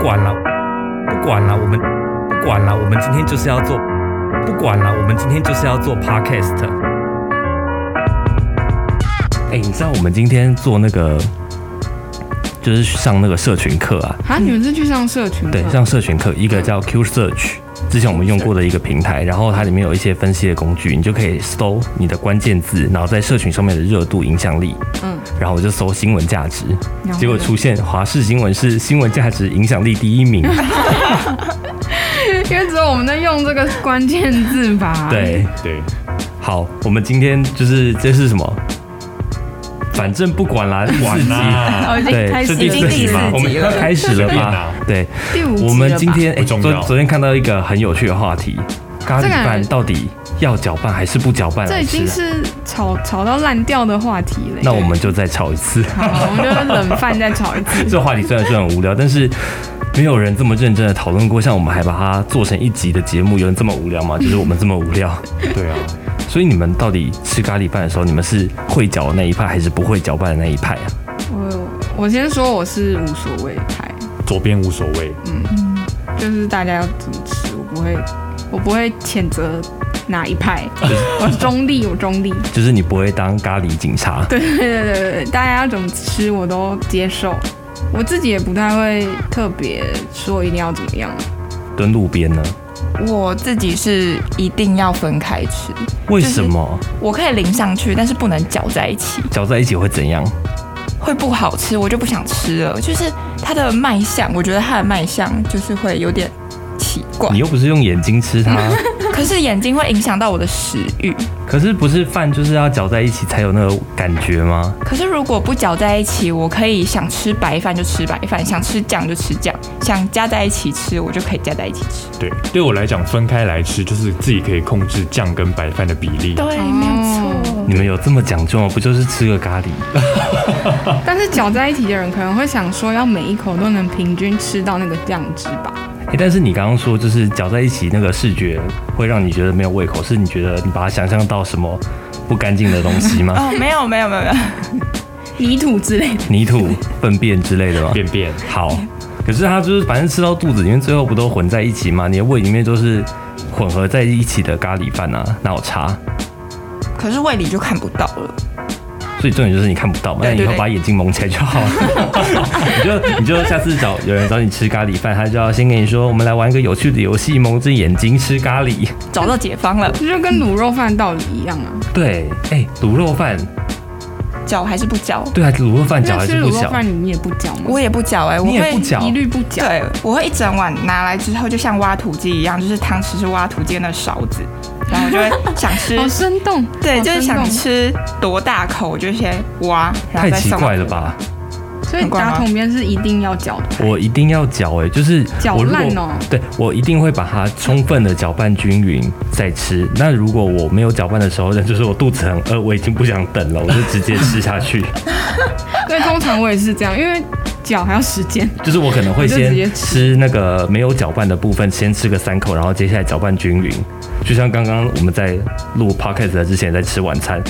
管了，不管了，我们不管了，我们今天就是要做，不管了，我们今天就是要做 podcast。哎、你知道我们今天做那个，就是上那个社群课啊，啊，你们是去上社群课？对，上社群课，一个叫 Q Search，之前我们用过的一个平台，然后它里面有一些分析的工具，你就可以搜你的关键字，然后在社群上面的热度、影响力，嗯，然后我就搜新闻价值然后，呢结果出现华视新闻是新闻价值影响力第一名， 因为只有我们在用这个关键字吧？， 对，对，好，我们今天就是这是什么？反正不管啦，管管啦哦，已经开对，是始了第四集吗？我们要开始了随便吗啦？对，第五集啊了吧我们今天、不诶重昨要昨天看到一个很有趣的话题，咖喱这个饭到底要搅拌还是不搅拌这来已吃经啊？是吵吵到烂掉的话题了。那我们就再炒一次。好，我们就是冷饭再吵一次。 这话题虽然说很无聊，但是没有人这么认真的讨论过。像我们还把它做成一集的节目，有人这么无聊 吗？就是我们这么无聊。 对啊，所以你们到底吃咖喱饭的时候，你们是会搅的那一派，还是不会搅拌的那一派啊？我我先说我是无所谓派，左边无所谓，就是大家要怎么吃，我不会，我不会谴责哪 一派，我中立，我中立。 就是你不会当咖喱警察。对对对对对，大家要怎么吃我都接受，我自己也不太会特别说一定要怎么样。蹲路边呢？我自己是一定要分开吃，为什么我可以淋上去，但是不能搅在一起，搅在一起会怎样？会不好吃，我就不想吃了。就是它的卖相，我觉得它的卖相就是会有点奇怪你，又不是用眼睛吃它，可是眼睛会影响到我的食欲。可是不是饭就是要搅在一起才有那个感觉吗？可是如果不搅在一起，我可以想吃白饭就吃白饭，想吃酱就吃酱，想加在一起吃，我就可以加在一起吃。对，对我来讲，分开来吃就是自己可以控制酱跟白饭的比例。对，没没有有错错。你们有这么讲究吗？不就是吃个咖喱？但是搅在一起的人可能会想说，要每一口都能平均吃到那个酱汁吧？哎、但是你刚刚说就是搅在一起那个视觉会让你觉得没有胃口，是你觉得你把它想象到什么不干净的东西吗？ 哦，没有没有没有没有，泥土之类的，泥土、粪便之类的吗？便便，好，可是它就是反正吃到肚子里面，最后不都混在一起吗？你的胃里面都是混合在一起的咖喱饭啊，哪有差？可是胃里就看不到了。所以重点就是你看不到嘛，对那你以后对对把眼睛蒙起来就好了。 你就你就下次找有人找你吃咖喱饭，他就要先跟你说，我们来玩一个有趣的游戏，蒙着眼睛吃咖喱。找到解方了，这就跟卤肉饭道理一样啊。对，哎、卤肉饭，搅还是不搅？对啊，卤肉饭搅那还吃是卤不肉小，饭你也不搅吗？我也不搅哎、我你也会不搅一律不搅。对，我会一整碗拿来之后，就像挖土机一样，就是汤匙是挖土机的那勺 子，然后我就会想吃好，生动，对，好就是生动想。吃多大口，我就先挖，然后太再奇送。怪了？吧？所以打桶边是一定要搅的。我一定要搅哎、就是搅我如果烂哦对我一定会把它充分的搅拌均匀再吃。那如果我没有搅拌的时候，那就是我肚子很饿，我已经不想等了，我就直接吃下去。对，通常我也是这样，因为搅还要时间。就是我可能会我就直接先吃吃那个没有搅拌的部分，先吃个三口，然后接下来搅拌均匀。就像刚刚我们在录 podcast 的之前在吃晚餐，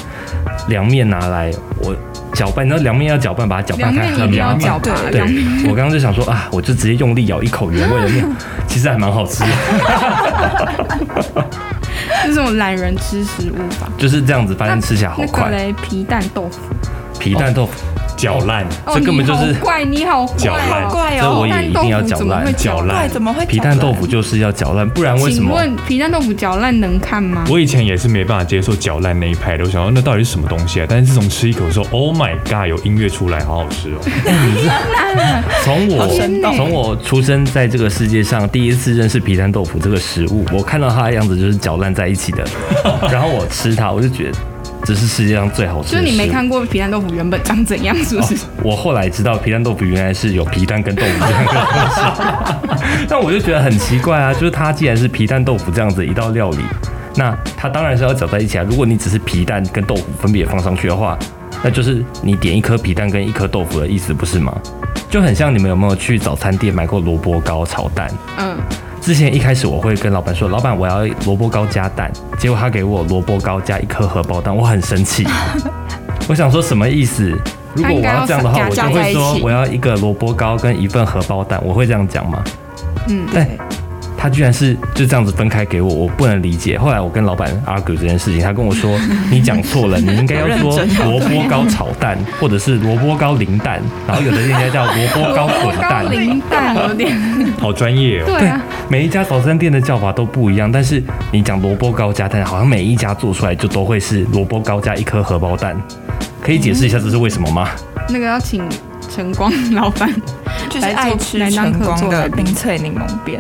凉面拿来我搅拌，你知道凉面要搅拌，把它搅凉拌开面一很定麻要烦。搅吧，对凉面，我刚刚就想说啊，我就直接用力咬一口原味的 面，其实还蛮好吃的，这是我懒人吃食物法。哦就是这样子，反正吃起来好那哦个快。嘞，皮蛋豆腐。皮蛋豆腐，搅烂，这根本就是你好怪，你好搅怪烂好哦。怪这哦我，也一定要搅皮蛋豆烂腐怎么会。搅烂怪怎么会搅皮蛋豆腐烂就是要搅烂，不然为什请么？问皮蛋豆腐搅烂能看吗？我以前也是没办法接受搅烂那一派的，我想说那到底是什么东西啊？但是自从吃一口之后，Oh my god，有音乐出来，好好吃 哦。从我好生动从我出生在这个世界上，第一次认识皮蛋豆腐这个食物，我看到它的样子就是搅烂在一起的，然后我吃它，我就觉得这是世界上最好吃就的。是你没。看过皮蛋豆腐原本长怎样，是不是？我后来知道皮蛋豆腐原来是有皮蛋跟豆腐这样的东西， 但我就觉得很奇怪啊，就是它既然是皮蛋豆腐这样子一道料理，那它当然是要搅在一起啊。如果你只是皮蛋跟豆腐分别放上去的话，那就是你点一颗皮蛋跟一颗豆腐的意思，不是吗？就很像你们有没有去早餐店买过萝卜糕炒蛋？嗯，之前一开始我会跟老板说，老板我要萝卜糕加蛋，结果他给我萝卜糕加一颗荷包蛋，我很生气。我想说什么意思？如果我要这样的话，它我应就会该要加在说一起我要一个萝卜糕跟一份荷包蛋，我会这样讲吗？嗯，对他居然是就这样子分开给我，我不能理解。后来我跟老板 argue 这件事情，他跟我说你讲错了，你应该要说认真萝卜糕炒蛋，或者是萝卜糕淋蛋，然后有的店家叫 萝卜糕滚蛋高。龄蛋有点好专业哦。对啊，每一家早餐店的叫法都不一样，但是你讲萝卜糕加蛋，好像每一家做出来就都会是萝卜糕加一颗荷包蛋。可以解释一下这是为什么吗？那个要请晨光老板，就是爱吃晨光的冰萃柠檬边，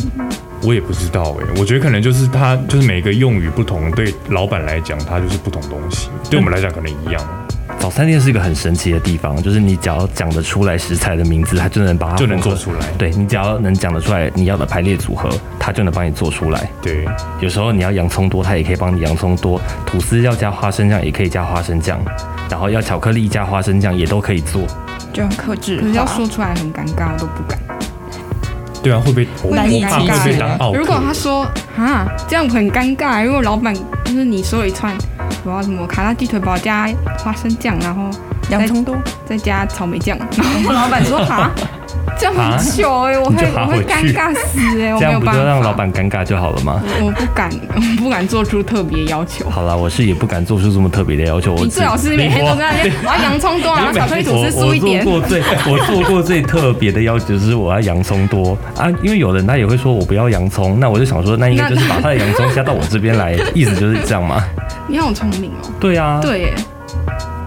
我也不知道哎、我觉得可能就是它就是每个用语不同，对老板来讲它就是不同东西，对我们来讲可能一样，早餐店是一个很神奇的地方，就是你只要讲得出来食材的名字，它就能把它就能混合做出来。对你只要能讲得出来你要的排列组合，它就能帮你做出来。对，有时候你要洋葱多，它也可以帮你洋葱多；吐司要加花生酱，也可以加花生酱；然后要巧克力加花生酱，也都可以做。哦就很克制可是要化。说出来很尴尬，我都不敢。对啊，会被我难以我怕启齿会被哦当奥克如果他说啊，这样很尴尬，因为老板就是你说一串，我要什么卡拉鸡腿堡加花生酱，然后洋葱多，再加草莓酱，然后老板说 哈，这样很糗哎、我你就会哈我回会去尴尬死哎、我这样没有不办就法，让老板尴尬就好了吗？我我不敢，我不敢做出特别要求。好啦，我是也不敢做出这么特别的要求。我你最好是每天都在那边，我要洋葱多，然后巧克力吐司我酥我一做点。过最 我做过最特别的要求就是我要洋葱多啊，因为有人他也会说我不要洋葱，那我就想说那应该就是把他的洋葱加到我这边 来，意思就是这样嘛。你好聪明哦，对啊，对耶，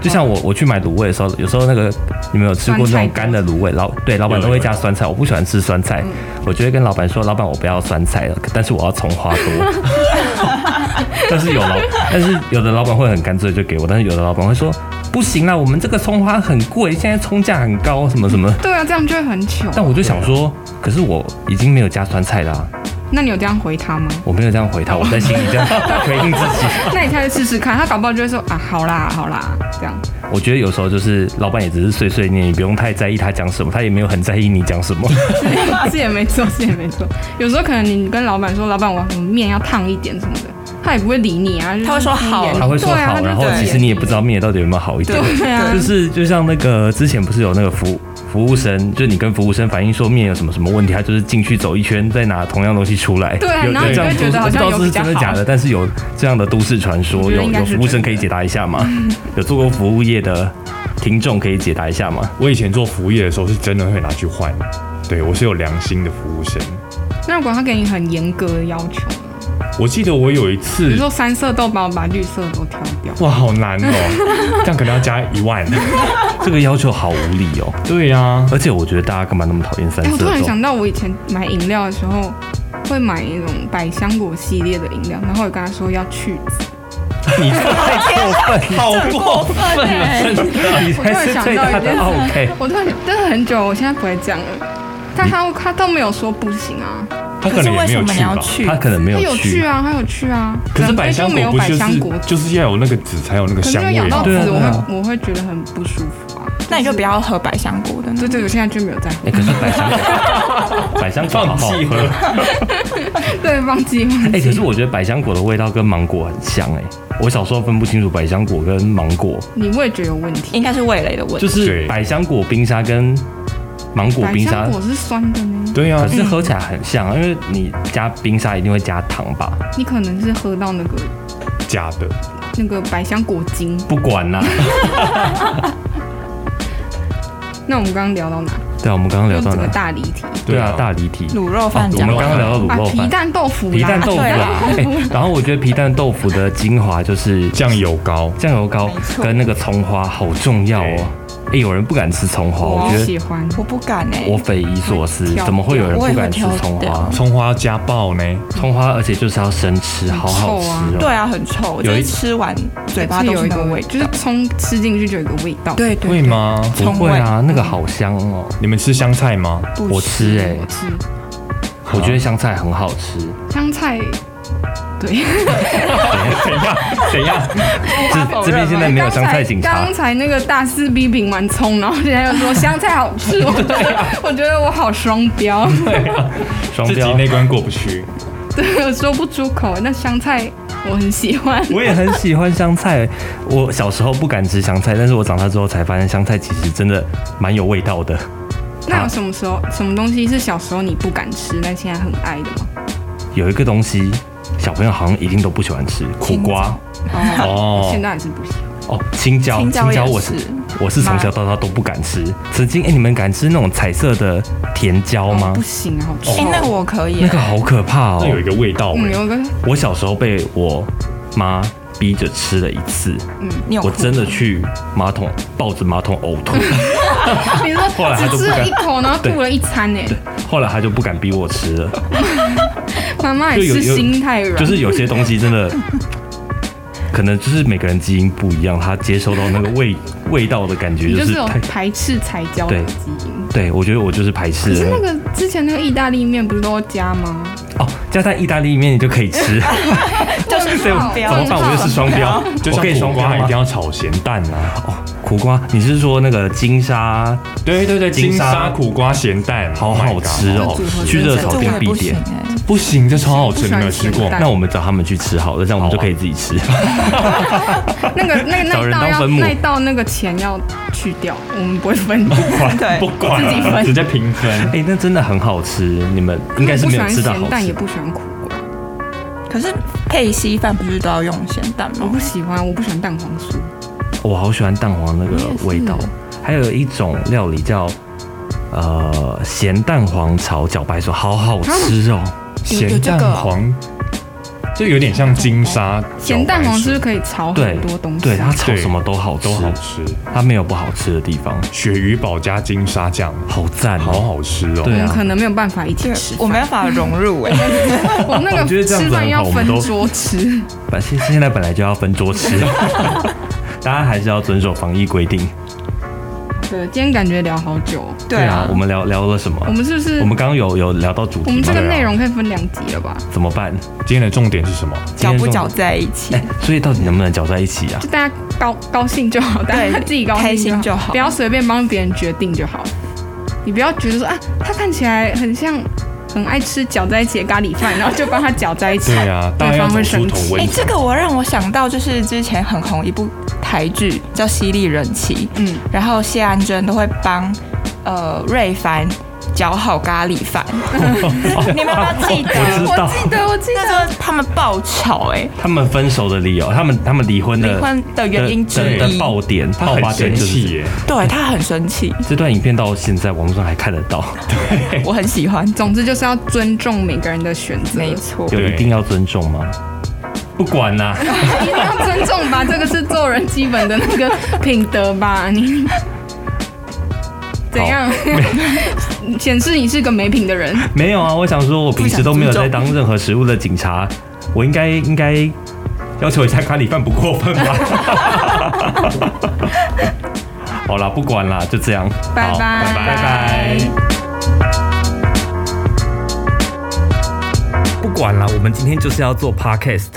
就像我我去买卤味的时候，有时候那个你们有吃过那酸菜嗯种的干的卤味，老对老板有都会有加酸菜，我不喜欢吃酸菜，我就会跟老板说，老板我不要酸菜了，但是我要葱花多。 但是有老，但是有的老板会很干脆就给我，但是有的老板会说不行啦，我们这个葱花很贵，现在葱价很高，什么什么。对啊，这样就会很糗。但我就想说，啊可是我已经没有加酸菜啦、那你有这样回他吗？我没有这样回他，我在心里这样 回应自己。那你下次试试看，他搞不好就会说啊，好啦，好啦，这样。 我觉得有时候就是老板也只是碎碎念，你不用太在意他讲什么，他也没有很在意你讲什么。是也没错，是也没错。有时候可能你跟老板说，老板我什么面要烫一点什么的，他也不会理你啊，就是他会说敷衍好你他会说对啊好，他就然后敷衍其实你也不知道面到底有没有好一点。对啊就，是就像那个之前不是有那个服务服务生，就你跟服务生反映说面有什么什么问题，他就是进去走一圈，再拿同样东西出来。对啊有然后有你这就会样觉得好像我不知道这是有比较真的假的，但是有这样的都市传说，我觉得有应该有是服务生可以解答一下吗？有做过服务业的听众可以解答一下吗？我以前做服务业的时候是真的会拿去换，对我是有良心的服务生。那如果他给你很严格的要求呢，我记得我有一比次如，说三色豆包，把绿色都挑掉，哇，好难哦，这样可能要加一万。这个要求好无理哦，对呀、啊，而且我觉得大家干嘛那么讨厌三哎，色我突然豆？想到，我以前买饮料的时候，会买那种百香果系列的饮料，然后我跟他说要去籽，你太过分，好过分 了，真的你才是最大我突然想到一件的事 OK。我突然真的很久，我现在不会这样了。但他他都没有说不行啊，他可是能也为没什有么你去要吧。去他？可能没他有有去去。啊，他有去啊，可是长辈百香就没有果不百就香是果就是要有那个籽才有那个可是香就味咬到吗？籽对啊，对我啊会我会觉得很不舒服啊。那你就不要喝百香果的呢对。对，我现在就没有在喝。哎、可是百香果，百香果好好放弃喝。 对，忘记忘哎、可记。是我觉得百香果的味道跟芒果很像哎、我小时候分不清楚百香果跟芒果，你味觉有问题。应该是味蕾的问就题，是对百香果冰沙跟芒果百冰沙香，果是酸的呢，对呀、可啊，是喝起来很像啊，因为你加冰沙一定会加糖吧？你可能是喝到那个假的。那个百香果精。不管啦。那我们刚刚聊到哪？ 对啊，我们刚刚聊又到整个哪？大离题对对啊啊，大离题。卤肉哦饭我讲们完刚刚聊到卤啊肉，皮饭。蛋豆腐啦，皮蛋豆腐对啦，哎、然后我觉得皮蛋豆腐的精华就是酱油膏，酱油膏没错跟那个葱花好重要哦。哎、有人不敢吃葱花，哇我我觉得喜欢。我不敢哎、我匪夷所思会，挑怎么会有人不敢吃葱我也会挑花掉？葱花加爆呢，葱花，而且就是要生吃，好好吃哦。对啊，很臭，我有就一是吃完嘴巴是都有是一那个个味，就是葱吃进去就有一个味道。，对会对对，吗？不会啊，那个好香哦。你们吃香菜吗？不我吃哎、我吃我觉得香菜很好 吃，香菜。对，怎样？怎样？啊这这边现在没有香菜警察刚才刚。才那个大四逼饼完葱，然后现在又说香菜好吃，我觉得 我觉得我好双标， 双自己标那关过不去。对，我说不出口。那香菜我很喜欢。我也很喜欢香菜，我小时候不敢吃香菜，但是我长大之后才发现香菜其实真的蛮有味道的。那有什么时候什么东西是小时候你不敢吃，但现在很爱的吗？有一个东西，小朋友好像一定都不喜欢吃苦瓜哦，哦现在还是不行。哦，青椒，青椒也我是我是从小到大都不敢吃。曾经，哎、你们敢吃那种彩色的甜椒吗哦不？行，好臭。哎、那个我可以哦那，个好可怕哦那！有一个味道嗯，哎，有一个我小时候被我妈逼着吃了一次，你有我哭真的去马桶抱着马桶呕 吐，你 后来他说就不只吃敢了一口，然后吐了一餐欸呢？后来她就不敢逼我吃了。妈妈也就有是有心太软，就是有些东西真的，可能就是每个人基因不一样，他接收到那个味味道的感觉你就就是是有太。排斥彩椒的对基因。对，我觉得我就是排斥可是的那个之前那个意大利面不是都要加吗？哦，加在意大利面你就可以 吃，就是对，双标怎么办？我又是双标，就我可以双像苦标瓜一定吗？要炒咸蛋啊，哦，苦瓜，你是说那个金沙对对对，金金沙沙苦瓜咸蛋，好 Oh my 好 god 吃哦这组合，去真的热是炒这店我也必不行点。哦哎、不行，这超好吃，不喜你欢没有吃过咸蛋吗？那我们找他们去吃好了，这样我们就好啊可以自己吃。那个那找那人一道当要分母那一道那个钱要去掉，我们不会 分。对不管自己分直接平分。 哎，那真的很好吃，你们应该是没有吃哦到我不好喜欢咸蛋，也吃。不喜欢苦瓜，可是配稀饭不是都要用咸蛋我吗？不喜欢，我不喜欢蛋黄酥。我好喜欢蛋黄那个味道我也是。还有一种料理叫呃咸蛋黄炒茭白笋，好好吃哦。有有咸这个蛋黄，就有点像金沙咸蛋黄是不是是可以炒对很多东，西？对它炒对什么都好吃，都好吃，它没有不好吃的地方，鳕鱼堡加金沙酱，好赞好哦。好吃哦。我对们啊可能没有办法一起吃饭，我没办法融入哎、我们那我个觉得这样子吃很饭好要我们分都桌吃。本现现在本来就要分桌 吃， 大家还是要遵守防疫规定。对，今天感觉聊好久哦，对啊，我们聊聊了什么我？们是不是我们刚啊刚有有聊到主我题们这吗个？内容可以分两集了吧？怎么办？今天的重点是什么？搅不搅今天在一起？重？哎，所以到底能不能搅在一起啊？就大家高高兴就好，大家自己高开心兴就就好好，不要随便帮别人决定就好。你不要觉得说啊，他看起来很像很爱吃搅在一起的咖喱饭，然后就帮他搅在一起。对啊，大家对要方走会出生同气温哎、层这。个我让我想到就是之前很红一部台剧叫《犀利人妻》，嗯，然后谢安珍都会帮呃瑞凡搅好咖喱饭，你们有没有记我知得？道啊我记得，我记那得，时候他们爆吵哎、他们分手的理由，他们他们离婚的离婚的原因之的一的的爆点，他爆很发点生就是气耶，对他很生气，这段影片到现在网络上还看得到，我很喜欢，总之就是要尊重每个人的选择，没错，有对啊一定要尊重吗？不管啦、一定要尊重吧，这个是做人基本的那个品德吧。 你怎样 显示你是个没品的人？没有啊，我想说，我平时都没有在当任何食物的警察，我应该应该要求一下咖喱饭不过分吧？好啦，不管啦，就这样，拜好拜拜拜。不管啦，我们今天就是要做 podcast。